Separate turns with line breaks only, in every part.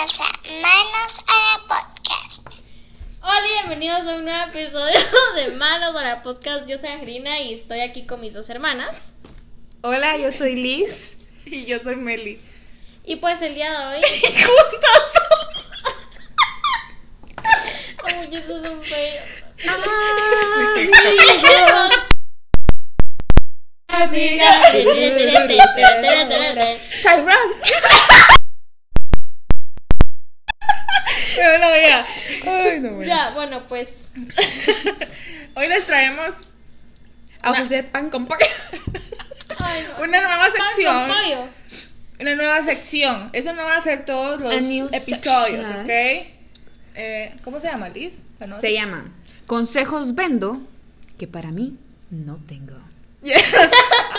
podcast. Yo soy Angelina y estoy aquí con mis dos hermanas.
Hola, yo soy Liz.
Y yo soy Meli.
Y pues el día de hoy. ¡Ay, eso es un feo!
Tyrone.
Bueno, ya. Ay, no, bueno.
Ya, bueno, pues.
Hoy les traemos
A ofrecer pan con pan.
Ay, no.
una nueva
Pan con
sección.
pollo.
Una nueva sección. Eso no va a ser todos los
A new
episodios,
section.
¿ok? Eh, ¿Cómo se llama, Liz? ¿La nueva
Se llama Consejos vendo que para mí no tengo.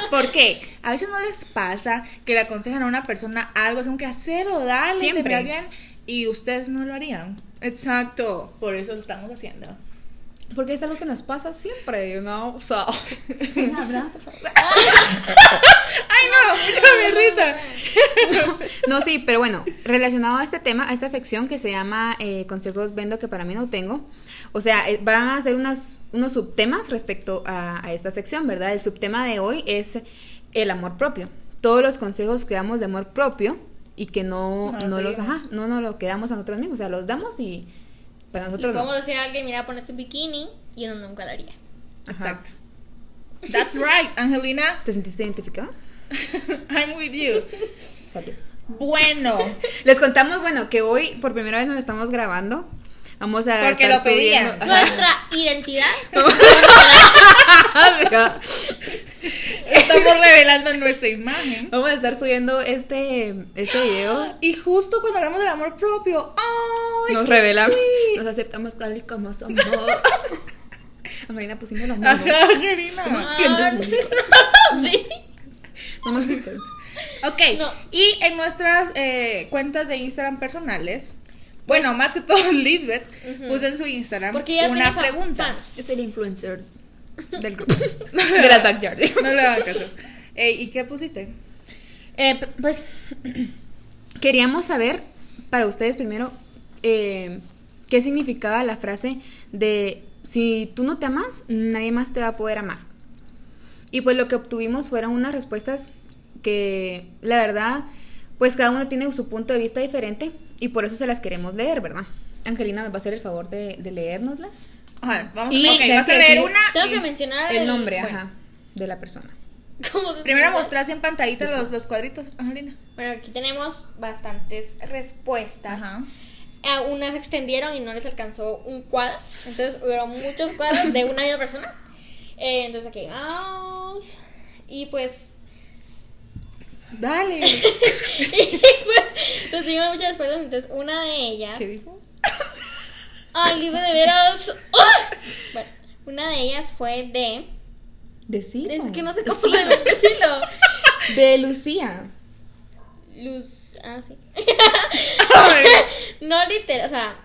¿Por qué? A veces no les pasa que le aconsejan a una persona algo, es como que hacerlo, dale,
Siempre.
te verá bien, y ustedes no lo harían. Exacto, por eso lo estamos haciendo.
Porque es algo que nos pasa siempre, ¿no? O sea,
¡Ay, no! ¡Mucha mi risa!
No, sí, pero bueno, relacionado a este tema, a esta sección que se llama eh, Consejos vendo que para mí no tengo, o sea, eh, van a hacer unas, unos subtemas respecto a, a esta sección, ¿verdad? El subtema de hoy es el amor propio. Todos los consejos que damos de amor propio y que no,
No
no,
los
los,
seguimos.
ajá, no nos lo quedamos a nosotros mismos, o sea, los damos y para
Y
nosotros no.
como lo hacía alguien, mira, ponerte un bikini y uno nunca lo haría.
Ajá.
Exacto. That's right, Angelina.
¿Te sentiste identificada?
I'm with you.
Salud.
Bueno,
Les contamos, bueno, que hoy por primera vez nos estamos grabando. Vamos a
Porque
estar
lo pedían.
subiendo- ajá.
Nuestra identidad.
estamos revelando nuestra imagen.
Vamos a estar subiendo este, este video.
Y justo cuando hablamos del amor propio, ¡ay!
Nos
qué
revelamos,
chic!
nos aceptamos tal y como somos. A Marina pues, pusimos la mano.
Ajá, Angelina.
entiendes,
Sí.
No nos gusta.
Ok,
No.
y en nuestras eh, cuentas de Instagram personales, bueno, más que todo Lisbeth,
Pues Ujú.
puso en su Instagram
Porque ella
una
tiene fa-
pregunta.
fans.
Yo soy la influencer del grupo. De las backyard.
No le hagas caso. Eh, ¿Y qué pusiste?
Eh, p- pues queríamos saber para ustedes primero eh, qué significaba la frase de si tú no te amas, nadie más te va a poder amar. Y pues lo que obtuvimos fueron unas respuestas que la verdad, pues cada uno tiene su punto de vista diferente y por eso se las queremos leer, ¿verdad? Angelina nos va a hacer el favor de, de leérnoslas.
Ajá, vamos
Y
ok,
tienes
vas a
que
leer
decir-
una.
Tengo
y
que mencionar
El nombre,
bueno.
ajá, de la persona.
¿Cómo se
primero
llama?
mostrás en pantallita los, los cuadritos, Angelina.
Bueno, aquí tenemos bastantes respuestas.
Ajá.
Ah, unas se extendieron y no les alcanzó un cuadro. Entonces hubieron muchos cuadros de una misma persona. Eh, entonces aquí vamos. Y pues.
Dale.
Y pues. Recibimos muchas respuestas. Entonces una de ellas.
¿Qué dice?
Ay, Libre, de veras. ¡Ah! Bueno, una de ellas fue de.
Decilo.
Es que no sé cómo decirlo.
De Lucía.
Luz. Ah, sí.
Ay,
No literal, o sea,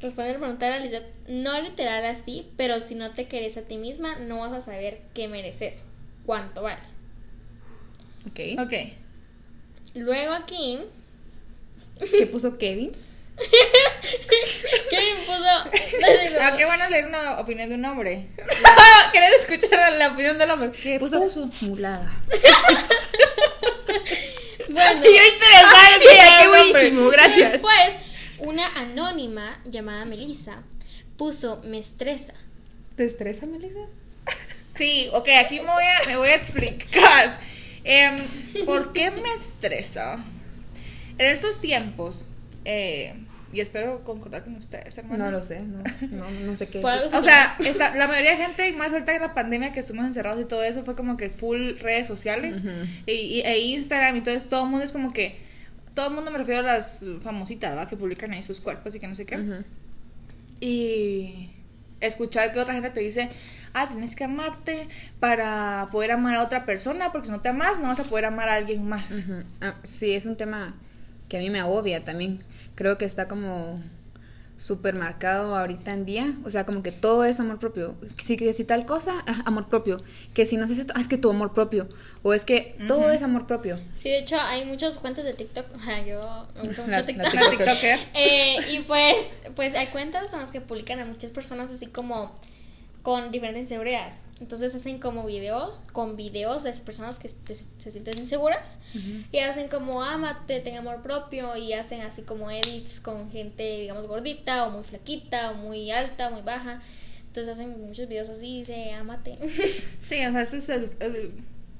responder la pregunta de la Lisbeth, no literal así, pero si no te querés a ti misma, no vas a saber qué mereces, cuánto vale.
Ok.
ok.
Luego aquí,
¿Qué puso Kevin?
Kevin puso, desde
Ah,
luego,
qué bueno leer una opinión de un hombre.
¿Querés escuchar la opinión del hombre?
¿Qué
Pues,
puso,
puso?
mulada.
bueno,
interesante,
Ay,
qué
el hombre.
buenísimo, gracias.
después, una anónima llamada Melissa puso, me estresa.
¿Te estresa, Melissa?
Sí, ok, aquí me voy a, me voy a explicar. Em, ¿Por qué me estresa? En estos tiempos, eh, y espero concordar con ustedes, hermano.
No lo sé, no, no, no sé qué
Por
decir.
algo
O sea, está- la mayoría de gente, más ahorita en la pandemia que estuvimos encerrados y todo eso, fue como que full redes sociales
Ujú.
y, y- e Instagram, y entonces todo el mundo es como que, todo el mundo me refiero a las famositas, ¿verdad? Que publican ahí sus cuerpos y que no sé qué.
Ujú.
y escuchar que otra gente te dice, ah, tienes que amarte para poder amar a otra persona, porque si no te amas, no vas a poder amar a alguien más.
Ujú. Ah, sí, es un tema que a mí me agobia también. Creo que está como súper marcado ahorita en día. O sea, como que todo es amor propio. Si, que si tal cosa, ah, amor propio. Que si no haces esto, ah, es que tu amor propio. O es que todo
Ujú.
es amor propio.
Sí, de hecho, hay muchas cuentas de TikTok, Ajá, yo me gusta mucho
La- la
TikTok.
La TikToker.
Eh, y pues, pues hay cuentas en las que publican a muchas personas así como con diferentes inseguridades. Entonces hacen como videos, con videos de esas personas que te- se sienten inseguras y hacen como ámate, ten amor propio y hacen así como edits con gente, digamos, gordita o muy flaquita o muy alta o muy baja. Entonces hacen muchos videos así y "Ah, dice ámate.
Sí, o sea, eso es el- el-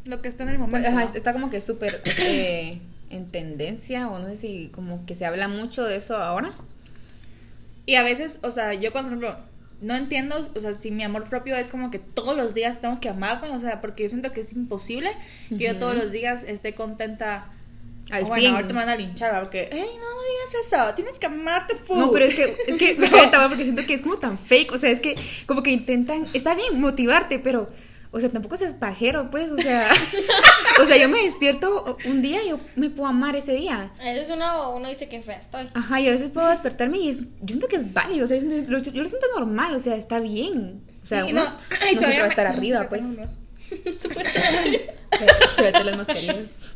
lo que está en el momento.
Pues, Ajá,
¿no?
está como que súper eh, en tendencia, o no sé si como que se habla mucho de eso ahora.
Y a veces, o sea, yo cuando, por ejemplo, no entiendo, o sea, si mi amor propio es como que todos los días tengo que amarme, o sea, porque yo siento que es imposible que yo
Ujú.
todos los días esté contenta.
Al
bueno,
100.
ahorita me van a linchar, ¿verdad? porque, hey, no digas eso, tienes que amarte full.
No, pero es que, es que me quedé trabada porque siento que es como tan fake, o sea, es que como que intentan, está bien motivarte, pero, o sea, tampoco seas pajero, pues, o sea, o sea, yo me despierto un día y yo me puedo amar ese día.
A veces uno, uno dice que fea estoy.
Ajá, y a veces puedo despertarme y es- yo siento que es válido, o sea, yo, siento- yo- yo lo siento normal, o sea, está bien. O sea,
Sí,
uno
no,
no,
ay,
siempre
todavía
va a
me-
estar
no sé
arriba,
qué tengo
pues.
unos-
Espérate las mascarillas.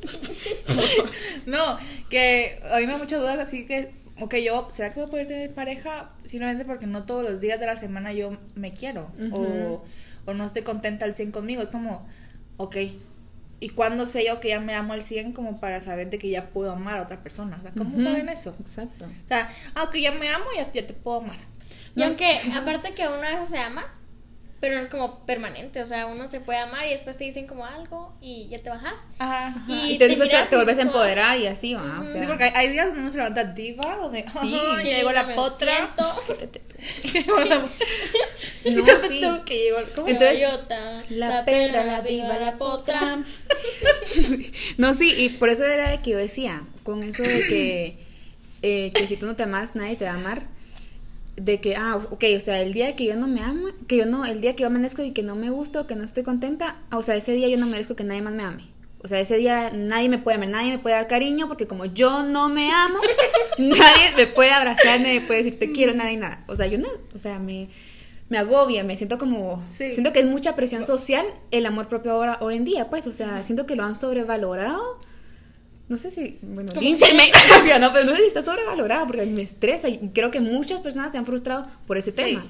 No, que a mí me da muchas dudas, así que, ok, yo, ¿será que voy a poder tener pareja? Simplemente porque no todos los días de la semana yo me quiero
Ujú.
o, o no estoy contenta al 100 conmigo. Es como, ok, ¿y cuándo sé yo que ya me amo al 100 como para saber de que ya puedo amar a otra persona? O sea, ¿cómo
Ujú.
saben eso?
Exacto.
O sea, aunque ya me amo, ya, ya te puedo amar.
Y aunque, aparte que uno a veces se ama, pero no es como permanente, o sea, uno se puede amar y después te dicen como algo y ya te bajas.
Ajá.
Y te
Y, te, después te,
miras
te
y
vuelves a
como-
empoderar y así va, o
Ujú.
sea.
Sí, porque hay, hay días donde uno se levanta diva, donde
Sí.
"Ay,
Y
llegó
ahí
la
me
potra.
siento.
Llegó la-
No,
Yo me
Oh, sí.
tengo que llegó- ¿cómo?
Entonces,
Coyota,
La, perra, la diva, la potra. no, sí, y por eso era de que yo decía, con eso de que, eh, que si tú no te amas, nadie te va a amar. De que, ah, ok, o sea, el día que yo no me amo, que yo no, el día que yo amanezco y que no me gusto, que no estoy contenta, ah, o sea, ese día yo no merezco que nadie más me ame. O sea, ese día nadie me puede amar, nadie me puede dar cariño, porque como yo no me amo, nadie me puede abrazar, nadie me puede decir te quiero, nadie nada. O sea, yo no, o sea, me, me agobia, me siento como,
Sí.
siento que es mucha presión social el amor propio ahora, hoy en día, pues, o sea, siento que lo han sobrevalorado. No sé si, bueno,
Como
línchenme, o sea, no, pero no sé si está sobrevalorado, porque me estresa y creo que muchas personas se han frustrado por ese
Sí.
tema.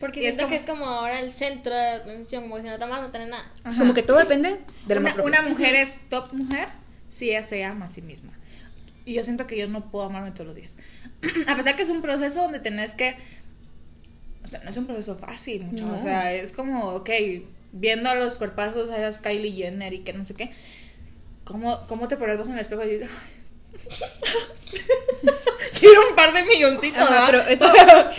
Porque
Y es
siento
como-
que es como ahora el centro de atención, como que si no tomas no tenés nada.
Ajá.
Como que todo depende del amor
una,
propio.
una mujer es top mujer si ella se ama a sí misma. Y yo siento que yo no puedo amarme todos los días. A pesar que es un proceso donde tenés que... O sea, no es un proceso fácil, mucho.
No.
O sea, es como, ok, viendo a los cuerpazos a esas Kylie Jenner y que no sé qué. ¿Cómo, cómo te pones vos en el espejo y dices... "Ay, Quiero un par de milloncitos,
Ajá,
¿verdad?"
pero eso,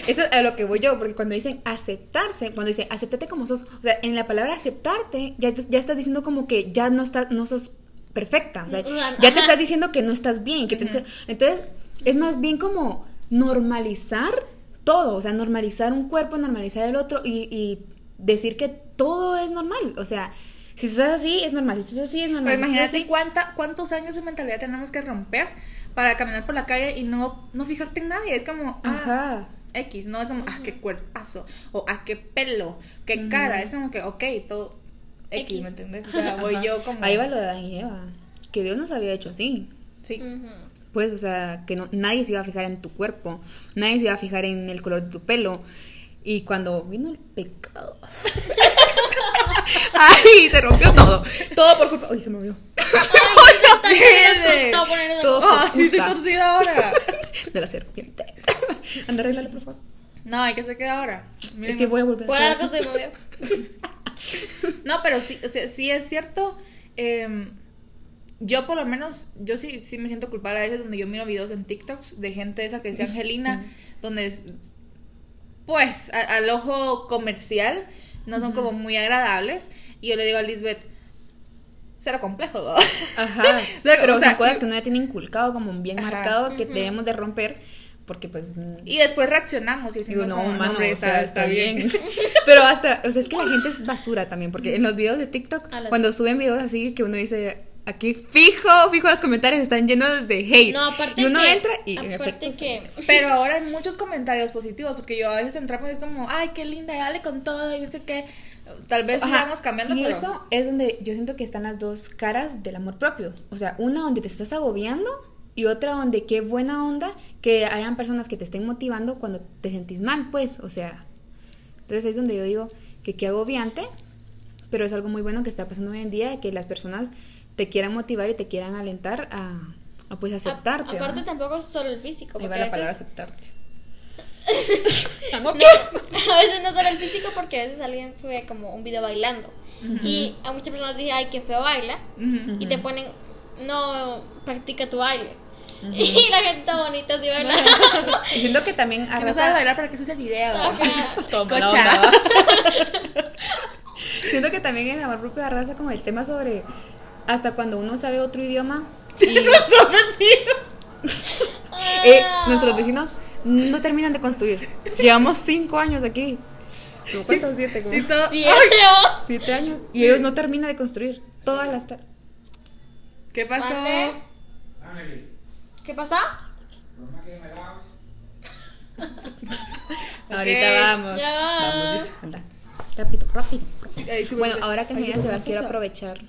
eso es a lo que voy yo, porque cuando dicen aceptarse, cuando dicen aceptate como sos, o sea, en la palabra aceptarte ya, te- ya estás diciendo como que ya no estás, no sos perfecta, o sea,
Ajá.
ya te estás diciendo que no estás bien, que te
Ujú.
estás- entonces es más bien como normalizar todo, o sea, normalizar un cuerpo, normalizar el otro y, y decir que todo es normal, o sea, si estás así es normal, si estás así es normal.
Pero
si estás
imagínate
así-
cuánta, cuántos años de mentalidad tenemos que romper para caminar por la calle y no, no fijarte en nadie. Es como, ah,
Ajá.
X, no es como, ah, qué cuerpazo, o ah, qué pelo, qué
Ujú.
cara, es como que, ok, todo X,
X.
¿me entiendes? O sea, voy
Ajá.
yo como...
Ahí va lo de Adán y Eva, que Dios nos había hecho así.
Sí.
Ujú.
Pues, o sea, que no, nadie se iba a fijar en tu cuerpo, nadie se iba a fijar en el color de tu pelo. Y cuando vino el pecado. ¡Ay! Se rompió todo. Todo por culpa. ¡Uy! Se movió.
Ay,
viene!
me asustó poner eso.
Todo.
¡Ah, sí estoy
Puta.
torcida ahora!
De la serpiente. Anda, arreglalo, por favor.
No, ¿y qué se queda ahora? Miren,
Es que
no-
voy a volver
Por
a hacer
algo
así.
se movió.
No, pero sí, o sea, sí es cierto. eh, yo por lo menos, yo sí, sí me siento culpable a veces donde yo miro videos en TikToks de gente esa que decía Angelina, donde es- pues a- al ojo comercial no son como muy agradables. Y yo le digo a Lisbeth, cero complejo, ¿no?
Ajá.
Pero,
Pero,
o
son
sea,
cosas que uno ya tiene inculcado, como un bien
Ajá.
marcado, que
Ujú.
debemos de romper. Porque, pues. mm,
Y después reaccionamos y
Digo,
decimos,
no,
como,
mano,
hombre,
o sea, está, bien. Pero hasta, o sea, es que la gente es basura también, porque en los videos de TikTok,
A la-
cuando suben videos así que uno dice, aquí fijo, fijo, los comentarios están llenos de hate.
No, aparte
y uno
que,
entra y en
aparte
efecto.
que
sí.
Pero ahora hay muchos comentarios positivos, porque yo a veces entramos y es como, ay, qué linda, dale con todo, y no sé qué. Tal vez
Ajá,
sigamos cambiando,
Y
pero-
eso es donde yo siento que están las dos caras del amor propio. O sea, una donde te estás agobiando y otra donde qué buena onda que hayan personas que te estén motivando cuando te sentís mal, pues. O sea, entonces ahí es donde yo digo, que qué agobiante, pero es algo muy bueno que está pasando hoy en día, de que las personas te quieran motivar y te quieran alentar a, a, pues aceptarte.
A- aparte
¿verdad?
tampoco es solo el físico, porque
Ahí va
a
la
veces,
palabra aceptarte.
no, a veces no solo el físico, porque a veces alguien sube como un video bailando. Y a muchas personas dicen, ay, qué feo baila.
Ujú.
Y te ponen, no, practica tu baile. Y la gente está bonita, sí, bailando.
Y siento que también
Si no sabes
arrasa,
bailar, ¿para qué subes el video?
Ajá.
Toma la
Cocha.
onda, siento que también el amor propio arrasa con el tema sobre hasta cuando uno sabe otro idioma y Eh,
ah,
nuestros vecinos no terminan de construir. Llevamos cinco años aquí. ¿Cómo ¿Cuántos? Siete, como-
Sí, todo-
Sí, pero-
siete años. Y ellos no terminan de construir. Todas las ta-
¿Qué pasó?
Mande. ¿Qué pasó?
Ahorita vamos.
Ya.
Vamos, dice. Anda. Rápido, rápido.
Ahí sube-
Bueno, ahora que
ahí
Angelina
sube
se va,
un
quiero
poquito.
aprovechar.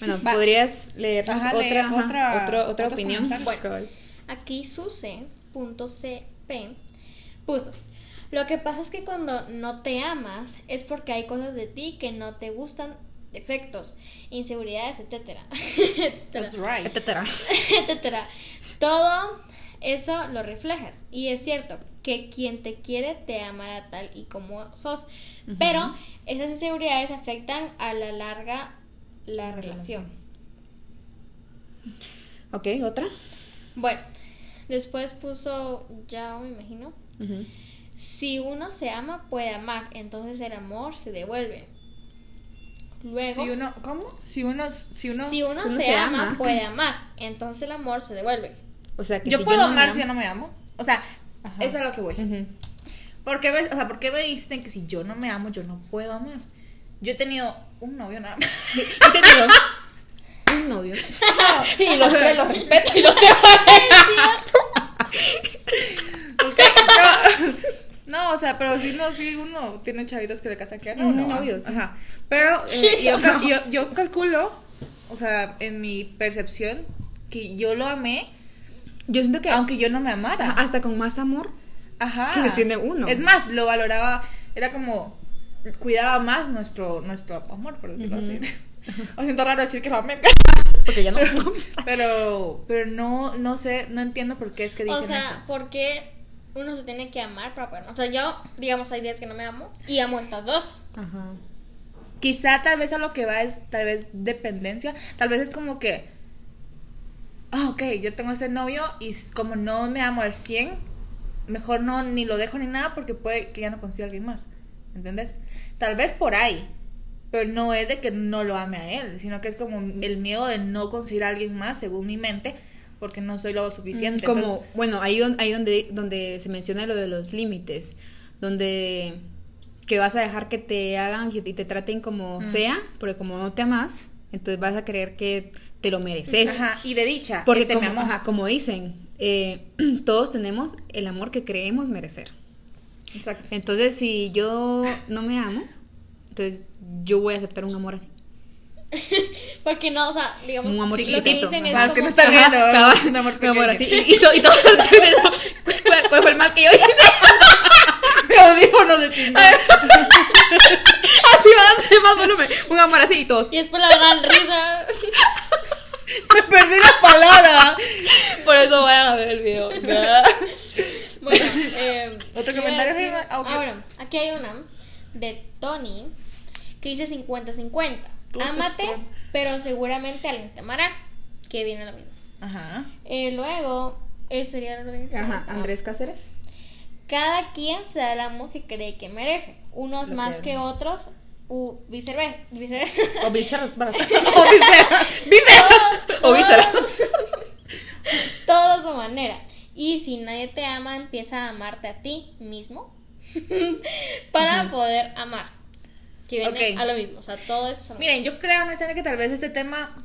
Bueno,
Va.
¿podrías leernos
Ajá,
otra,
lee
ajá,
otra-
otro- otra
otros
opinión?
comentarios.
Por favor.
Aquí suce.cp puso. Lo que pasa es que cuando no te amas es porque hay cosas de ti que no te gustan, defectos, inseguridades, etcétera. etcétera.
That's right.
Etcétera.
etcétera. Todo eso lo reflejas. Y es cierto que quien te quiere te amará tal y como sos. Pero esas inseguridades afectan a la larga la, relación.
Ok, otra.
Bueno, después puso, ya me imagino,
Ujú.
si uno se ama, puede amar. Entonces el amor se devuelve. Luego,
Si uno, ¿Cómo? Si uno, si uno,
si uno, se, ama, puede amar. Entonces el amor se devuelve.
O sea, que
yo
si
puedo
no me
amar
amo-
si yo no me amo. O sea, eso es a lo que voy.
Ujú.
¿Por qué, me, o sea, ¿Por qué me dicen que si yo no me amo, yo no puedo amar? Yo he tenido un novio nada más.
Yo te digo, un novio.
y los tres los respeto y los No, o sea, pero sí, no, sí, uno tiene chavitos que le casaquean a
Ujú,
uno. ¿ah?
novios.
Ajá. Pero eh,
Sí,
yo, cal-
no.
yo, yo calculo, o sea, en mi percepción, que yo lo amé,
Yo siento que
aunque yo no me amara.
hasta con más amor.
Ajá.
Ah, que se tiene uno.
Es más, lo valoraba, era como, cuidaba más nuestro, nuestro amor, por decirlo así. Lo siento raro decir que lo amé,
Porque ya no.
pero, pero no, no sé, no entiendo por qué es que dicen
O sea,
eso.
¿por qué uno se tiene que amar para poder amar? O sea, yo, digamos, hay días que no me amo y amo estas dos.
Ajá.
Quizá tal vez a lo que va es tal vez dependencia, tal vez es como que, ah, ok, yo tengo este novio y s- como no me amo al 100, mejor no ni lo dejo ni nada porque puede que ya no consiga a alguien más, ¿entendés? Tal vez por ahí, pero no es de que no lo ame a él, sino que es como el miedo de no conseguir a alguien más según mi mente porque no soy lo suficiente.
Mm, Como,
entonces-
bueno, ahí, don- ahí donde, donde se menciona lo de los límites. Donde que vas a dejar que te hagan y te traten como
Mm.
sea, porque como no te amas, entonces vas a creer que te lo mereces.
Ajá, y de dicha,
Porque
este me
como,
amó.
ajá, como dicen, eh, todos tenemos el amor que creemos merecer.
Exacto.
Entonces, si yo no me amo, entonces yo voy a aceptar un amor así.
Porque no, o sea, digamos,
Un amor
lo que
chiquitito,
dicen
¿no?
es
Para
como,
los que no están
Ajá,
viendo,
cabal.
un amor
Mi amor, así.
pequeño.
Y, y to- y todos diciendo, ¿cuál, cuál fue el mal que yo hice?
Mi audífono de Tinder.
Así va dándole más volumen. Un amor así y todos.
Y después la gran risa.
Me perdí la palabra.
Por eso vayan a ver el video.
Bueno, eh,
¿Otro
iba a
comentario,
decir-
Rima? Ah, ok.
Ah, bueno, aquí hay una de Tony que dice 50-50.
Tú, tú,
Ámate,
tú.
pero seguramente alguien te amará. Que viene lo mismo.
Ajá.
Eh, luego, eso sería el orden.
Ajá,
Ah,
Andrés Cáceres.
Cada quien se da el amor que cree que merece, unos
Lo
más
que
que otros u viceversa. viceversa.
O vísceras. para-
O vísceras. Vísceras.
O vísceras.
Todo a su manera. Y si nadie te ama, empieza a amarte a ti mismo para poder amar. Que viene
Ok.
a lo mismo, o sea, todo es amor.
Miren, yo creo honestamente que tal vez este tema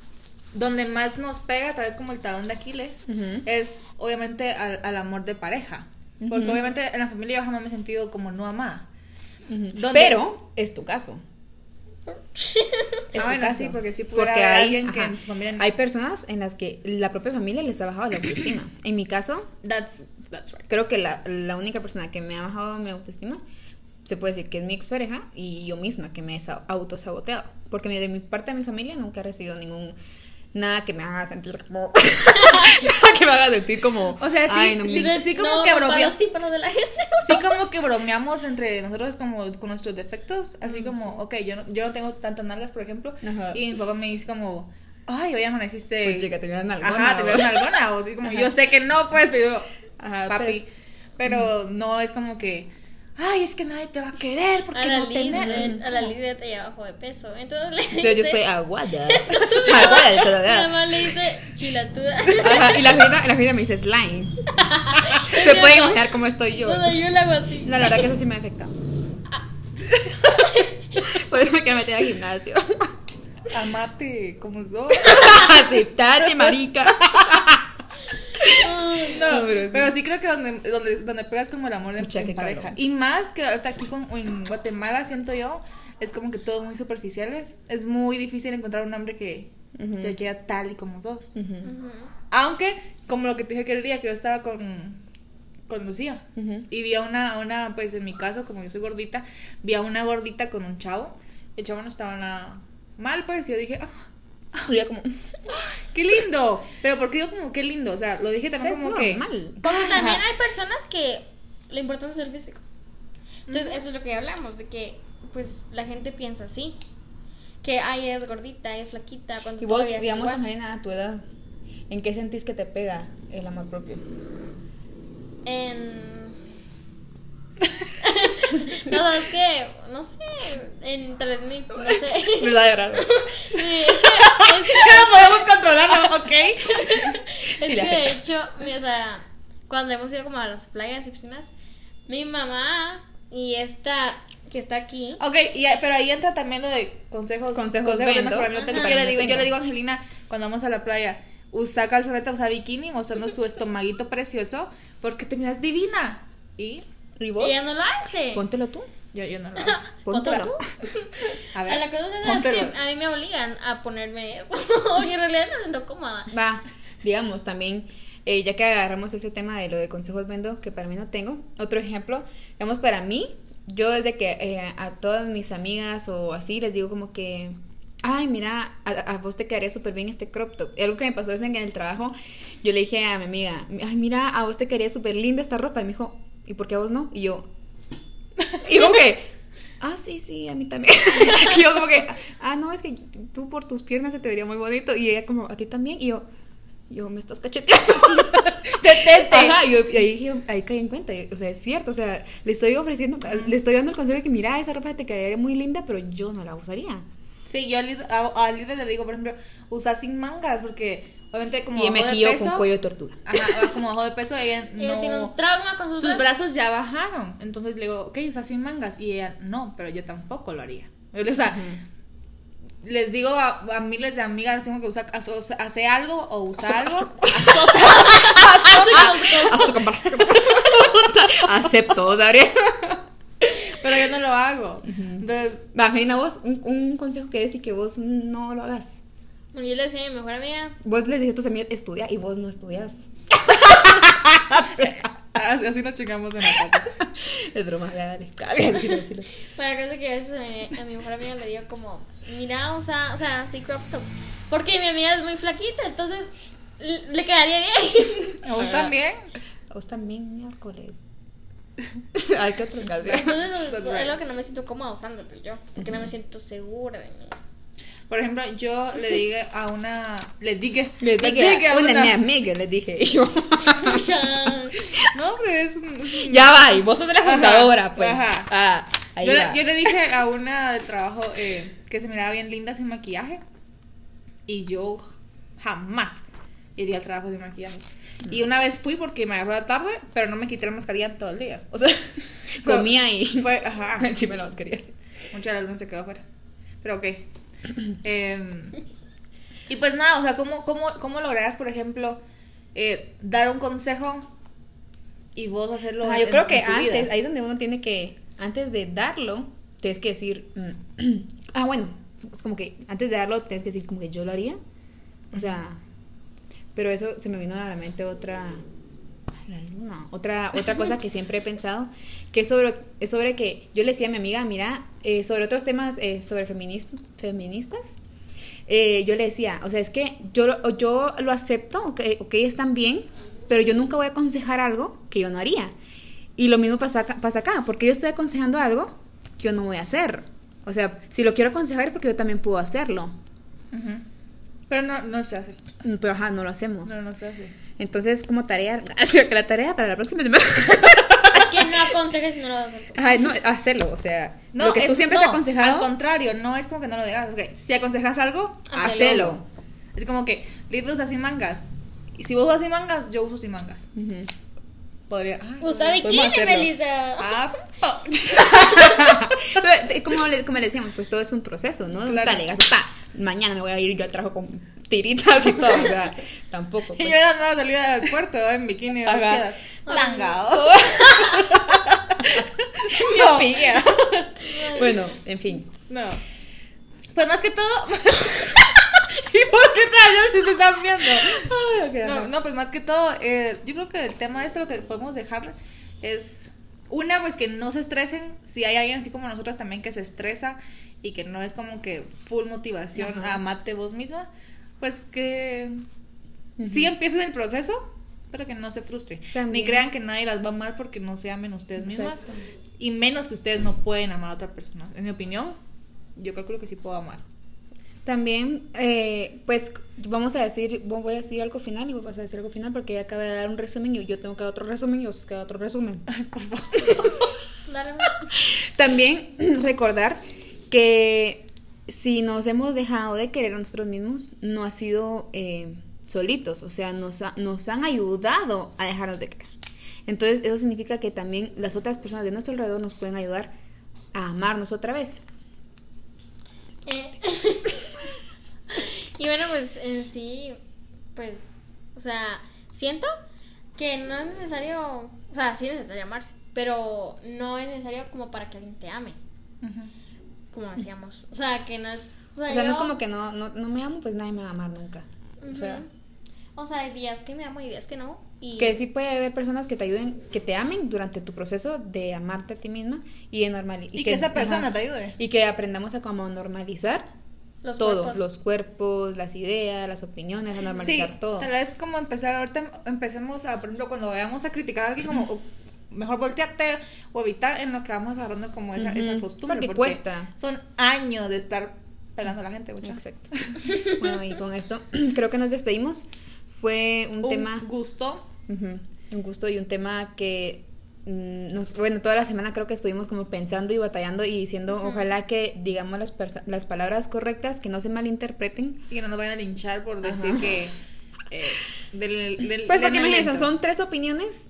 donde más nos pega, tal vez como el talón de Aquiles,
Ujú.
es obviamente al, al amor de pareja. Porque
Ujú.
obviamente en la familia yo jamás me he sentido como no amada. ¿Dónde?
Pero es tu caso. Es
Ah,
tu
bueno,
caso.
sí, porque sí pudiera haber alguien que en su familia no-
hay personas en las que la propia familia les ha bajado la autoestima. En mi caso,
That's, that's right.
creo que la, la única persona que me ha bajado mi autoestima se puede decir que es mi expareja y yo misma que me he sa- autosaboteado. Porque mi- de mi parte de mi familia nunca he recibido ningún. Nada que me haga sentir como. nada que me haga sentir como.
O sea, sí,
"Ay, no me
sí, sí como
no,
que
rompa
bromeó.
los tímpanos de la gente.
Sí, como que bromeamos entre nosotros como con nuestros defectos. Así como, ok, yo no, yo no tengo tantas nalgas, por ejemplo.
Ajá.
Y mi papá me dice como, ay, hoy amaneciste.
Pues chica, te vieron nalgona,
Ajá, te veo
vos.
nalgona. O sí, como,
Ajá.
yo sé que no, pues, te digo,
Ajá,
papi.
pues,
Pero no es como que, ay, es que nadie te va a querer porque
A la
no te
Lizbeth, a la
Como-
Lizbeth ella bajó de peso. Entonces le
entonces yo
dice-
estoy aguada. aguada de
Mi
soledad.
mamá le dice chilatuda.
Ajá, y la gente, la gente me dice slime. Se puede imaginar cómo estoy yo.
Bueno, yo la hago así.
No, Ah. la verdad que eso sí me afecta. Por eso me quiero meter al gimnasio.
Amate como sos.
Aceptate, marica.
No,
No, pero
pero,
sí.
sí. creo que donde, donde, donde pegas como el amor de
Pucha,
en
qué
pareja.
cabrón.
Y más que ahorita aquí con- en Guatemala, siento yo, es como que todo muy superficiales. Es muy difícil encontrar un hombre que
Ujú.
te quiera tal y como sos.
Ujú,
Ujú.
Aunque, como lo que te dije aquel día, que yo estaba con, con Lucía.
ujú.
Y vi a una, a una, pues en mi caso, como yo soy gordita, vi a una gordita con un chavo. El chavo no estaba nada mal, pues. Y yo dije, "Ah,
Y yo como,
¡Qué lindo! Pero porque digo como qué lindo, o sea, lo dije también
es
como
normal.
Como también
Ajá.
hay personas que lo importante es el físico. Entonces,
Ujú.
eso es lo que ya hablamos, de que pues la gente piensa así. Que ay, es gordita, es flaquita, cuando
Y vos,
todavía es
digamos,
igual.
Angelina, a tu edad, ¿en qué sentís que te pega el amor propio?
En... no, es que, no sé, en tal vez mi- no sé.
Me da a llorar.
es que- es que-
que no podemos controlarlo, ¿ok?
Es
Sí,
que
la
de
afecta.
hecho, mi- o sea, cuando hemos ido como a las playas y piscinas, mi mamá y esta que está aquí,
Ok, y, ahí- pero ahí entra también lo de consejos.
Consejos
que
vendo.
no, por ahí no tengo.
Ajá.
Yo, le digo,
Tengo.
yo le digo a Angelina, cuando vamos a la playa, usa calzoneta, usa bikini, mostrando su estomaguito precioso, porque te miras divina. Y
¿Y vos?
ella no lo hace.
Póntelo tú.
yo, yo no lo hago.
Póntelo.
Póntelo.
A
A
ver,
la cosa es
póntelo.
que a mí me obligan a ponerme eso. y en realidad no me siento cómoda.
Va, digamos también, eh, ya que agarramos ese tema de lo de consejos vendo, que para mí no tengo, otro ejemplo, digamos para mí, yo desde que eh, a todas mis amigas o así les digo como que, ay, mira, a, a vos te quedaría súper bien este crop top. Y algo que me pasó es en el trabajo, yo le dije a mi amiga, ay, mira, a vos te quedaría súper linda esta ropa. Y me dijo, ¿y por qué a vos no? Y yo, y como que, ah, sí, sí, a mí también. y yo como que, ah, no, es que tú por tus piernas se te vería muy bonito. Y ella como, a ti también. Y yo, yo, me estás cacheteando.
detente.
Ajá, y, yo- y ahí, dije- ahí caí en cuenta. y- O sea, es cierto, o sea, le estoy ofreciendo, le estoy dando el consejo de que, mira, esa ropa te quedaría muy linda, pero yo no la usaría.
Sí, yo al líder- a- al líder le digo, por ejemplo, usa sin mangas, porque obviamente como
y me
bajó de
maquillo
peso,
con cuello de tortuga.
Ajá, ah, como bajo de peso, ella no...
Ella tiene un trauma con sus,
sus
brazos.
brazos ya bajaron. Entonces le digo, ok, usa sin mangas. Y ella, no, pero yo tampoco lo haría. Yo le- O sea, les digo a, a miles de amigas, así como que usa, haz- usa- hace algo o usa algo. Ah.
Así como- así como- Acepto, ¿sabes?
Pero yo no lo hago. Entonces,
Angelina, vos, un, un consejo que des y que vos no lo hagas.
Bueno, yo le decía a mi mejor amiga,
Vos les dijiste a tus amigos, estudia y vos no estudias.
así así nos chingamos en la casa.
Es broma, ya dale. dale, decilo, decilo.
para que que a veces a mi, a mi mejor amiga le digo como, mira, usa, o sea, así crop tops. Porque mi amiga es muy flaquita, entonces le le quedaría bien.
¿A vos también?
A Vos también miércoles. Ay, qué otro caso.
¿eh?
Entonces
That's
es
right.
lo que no me siento cómoda usándolo yo, porque no me siento segura de mí.
Por ejemplo, yo le dije a una. Le dije.
Les dije a una mi amiga, les dije y yo.
No, pero es un- es un-
ya va, y vos sos de la
Ajá,
juntadora, pues.
ajá.
Ah, ahí
yo, le,
va.
yo le dije a una del trabajo eh, que se miraba bien linda sin maquillaje. Y yo jamás iría al trabajo sin maquillaje. Y una vez fui porque me agarró la tarde, pero no me quité la mascarilla en todo el día. O sea,
Comía y.
fue, ajá,
Sí, me lo vas a querer.
mucha de la luz se quedó fuera. Pero ok. Em, y pues nada, o sea, ¿cómo, cómo, cómo logras, por ejemplo, eh, dar un consejo y vos hacerlo?
Ajá, Ah, yo
en-
creo
en
que
tu vida?
antes, ahí es donde uno tiene que, antes de darlo, tienes que decir, mm, ah, bueno, es como que antes de darlo, tienes que decir como que yo lo haría. O sea, pero eso se me vino a la mente otra, la luna. Otra, otra cosa que siempre he pensado, que es sobre, es sobre que yo le decía a mi amiga, mira, eh, sobre otros temas, eh, sobre feminis- feministas, eh, yo le decía, o sea, es que yo, lo- yo lo acepto, ok, ok, están bien, pero yo nunca voy a aconsejar algo que yo no haría. Y lo mismo pasa acá, pasa acá, porque yo estoy aconsejando algo que yo no voy a hacer. O sea, si lo quiero aconsejar es porque yo también puedo hacerlo.
Ujú. Pero no, no se hace.
Pero ajá, no lo hacemos.
No, no se hace.
Entonces, como tarea, la tarea para la próxima semana.
Que no aconsejes si no lo vas a hacer.
Ay, no, hacerlo, o sea,
No,
lo que tú
es-
siempre
no,
te has aconsejado,
Al contrario, no es como que no lo digas. ok, Si aconsejas algo,
hacelo.
Hacelo.
es como que Liz usa así mangas. Y si vos usas así mangas, yo uso así mangas.
Ujú.
Podría. ah,
Usa
Podemos
bikini,
hacerlo.
Melissa.
Ah, po-
Pero, eh, como, le, como le decíamos, pues todo es un proceso, ¿no?
Claro.
Dale, gas, pa, mañana me voy a ir yo al trabajo con tiritas y todo, o sea, tampoco.
Y
pues.
yo era nada salir al puerto en bikini de
Ajá.
quedas tangado.
Yo pilla. Bueno, en fin.
No. Pues más que todo. ¿Y por qué te si te están viendo? No, no, pues más que todo, eh, yo creo que el tema de esto lo que podemos dejar es. Una, pues que no se estresen. Si hay alguien así como nosotros también que se estresa y que no es como que full motivación
Ajá.
a amarte vos misma, pues que
Ujú.
sí empiecen el proceso, pero que no se frustren.
También.
Ni crean que nadie las va a amar porque no se amen ustedes mismas.
Exacto.
Y menos que ustedes no pueden amar a otra persona. En mi opinión, yo calculo que sí puedo amar.
También, eh, pues vamos a decir, vo- voy a decir algo final y vos vas a decir algo final porque ella acaba de dar un resumen y yo tengo que dar otro resumen y vos que dar otro resumen.
Dale. pues.
También recordar que si nos hemos dejado de querer a nosotros mismos, no ha sido eh, solitos, o sea, nos, ha- nos han ayudado a dejarnos de querer. Entonces, eso significa que también las otras personas de nuestro alrededor nos pueden ayudar a amarnos otra vez.
Eh, y bueno, pues en sí, pues, o sea, siento que no es necesario, o sea, sí es necesario amarse, pero no es necesario como para que alguien te ame, como decíamos. O sea, que no es... O sea,
O sea, no es
yo-
como que no, no, no me amo, pues nadie me va a amar nunca.
Ujú.
O sea,
O sea, hay días que me amo y días que no. Y
que sí puede haber personas que te ayuden, que te amen durante tu proceso de amarte a ti misma y de normalizar.
Y, que, esa persona te ayude.
Y que aprendamos a como normalizar
los
todo,
cuerpos-
los cuerpos, las ideas, las opiniones, a
Sí,
normalizar todo.
tal vez como empezar, ahorita empecemos a, por ejemplo, cuando vayamos a criticar a alguien, como o mejor voltearte o evitar en lo que vamos agarrando como esa,
Ujú,
esa costumbre.
porque cuesta.
Son años de estar pelando a la gente, mucha.
Exacto. bueno, y con esto creo que nos despedimos. Fue un,
Un
tema,
gusto.
ujú, un gusto y un tema que mm, nos, bueno, toda la semana creo que estuvimos como pensando y batallando y diciendo, ojalá que digamos las, perso- las palabras correctas, que no se malinterpreten.
Y que no nos vayan a linchar por decir
Ajá.
que. eh, del, del-
Pues
del
porque imagínense,
lento.
son tres opiniones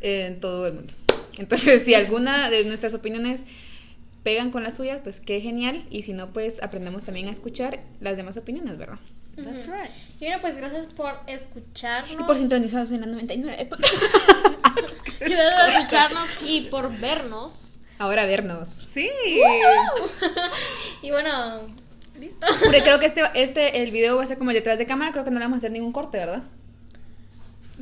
eh, en todo el mundo. Entonces, si alguna de nuestras opiniones pegan con las suyas, pues qué genial. Y si no, pues aprendamos también a escuchar las demás opiniones, ¿verdad?
Ujú.
That's right.
Y bueno, pues gracias por escucharnos.
Y por sintonizarnos en la 99.
Gracias por escucharnos y por vernos.
Ahora a vernos.
Sí.
Y bueno, listo.
Porque creo que este, este, el video va a ser como detrás de cámara. Creo que no le vamos a hacer ningún corte, ¿verdad?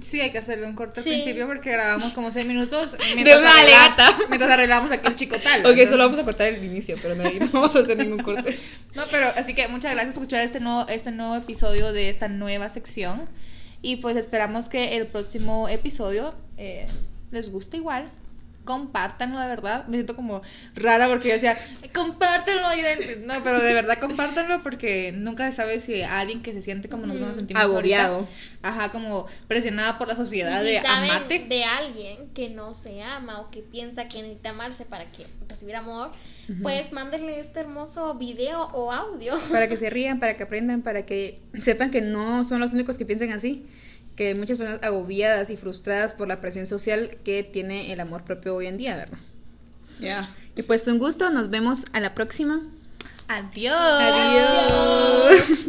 Sí, hay que hacerle un corte
Sí.
al principio porque grabamos como 6 minutos
De una
arregla-
alegata.
mientras arreglamos aquí el chicotal.
Ok,
¿no?
solo vamos a cortar el inicio, pero no, no vamos a hacer ningún corte.
No, pero así que muchas gracias por escuchar este nuevo, este nuevo episodio de esta nueva sección. Y pues esperamos que el próximo episodio eh, les guste igual. Compártanlo de verdad. Me siento como rara porque yo decía, compártanlo. y de- No, pero de verdad compártanlo porque nunca sabes si alguien que se siente como nosotros nos sentimos. ahorita,
Agobiado.
ajá, como presionada por la
Y
sociedad
si
de
saben
amate.
de alguien que no se ama o que piensa que necesita amarse para que recibir amor, pues mándenle este hermoso video o audio.
Para que se rían, para que aprendan, para que sepan que no son los únicos que piensan así. Que hay muchas personas agobiadas y frustradas por la presión social que tiene el amor propio hoy en día, ¿verdad?
Ya.
Y pues fue un gusto, nos vemos a la próxima.
Adiós.
Adiós.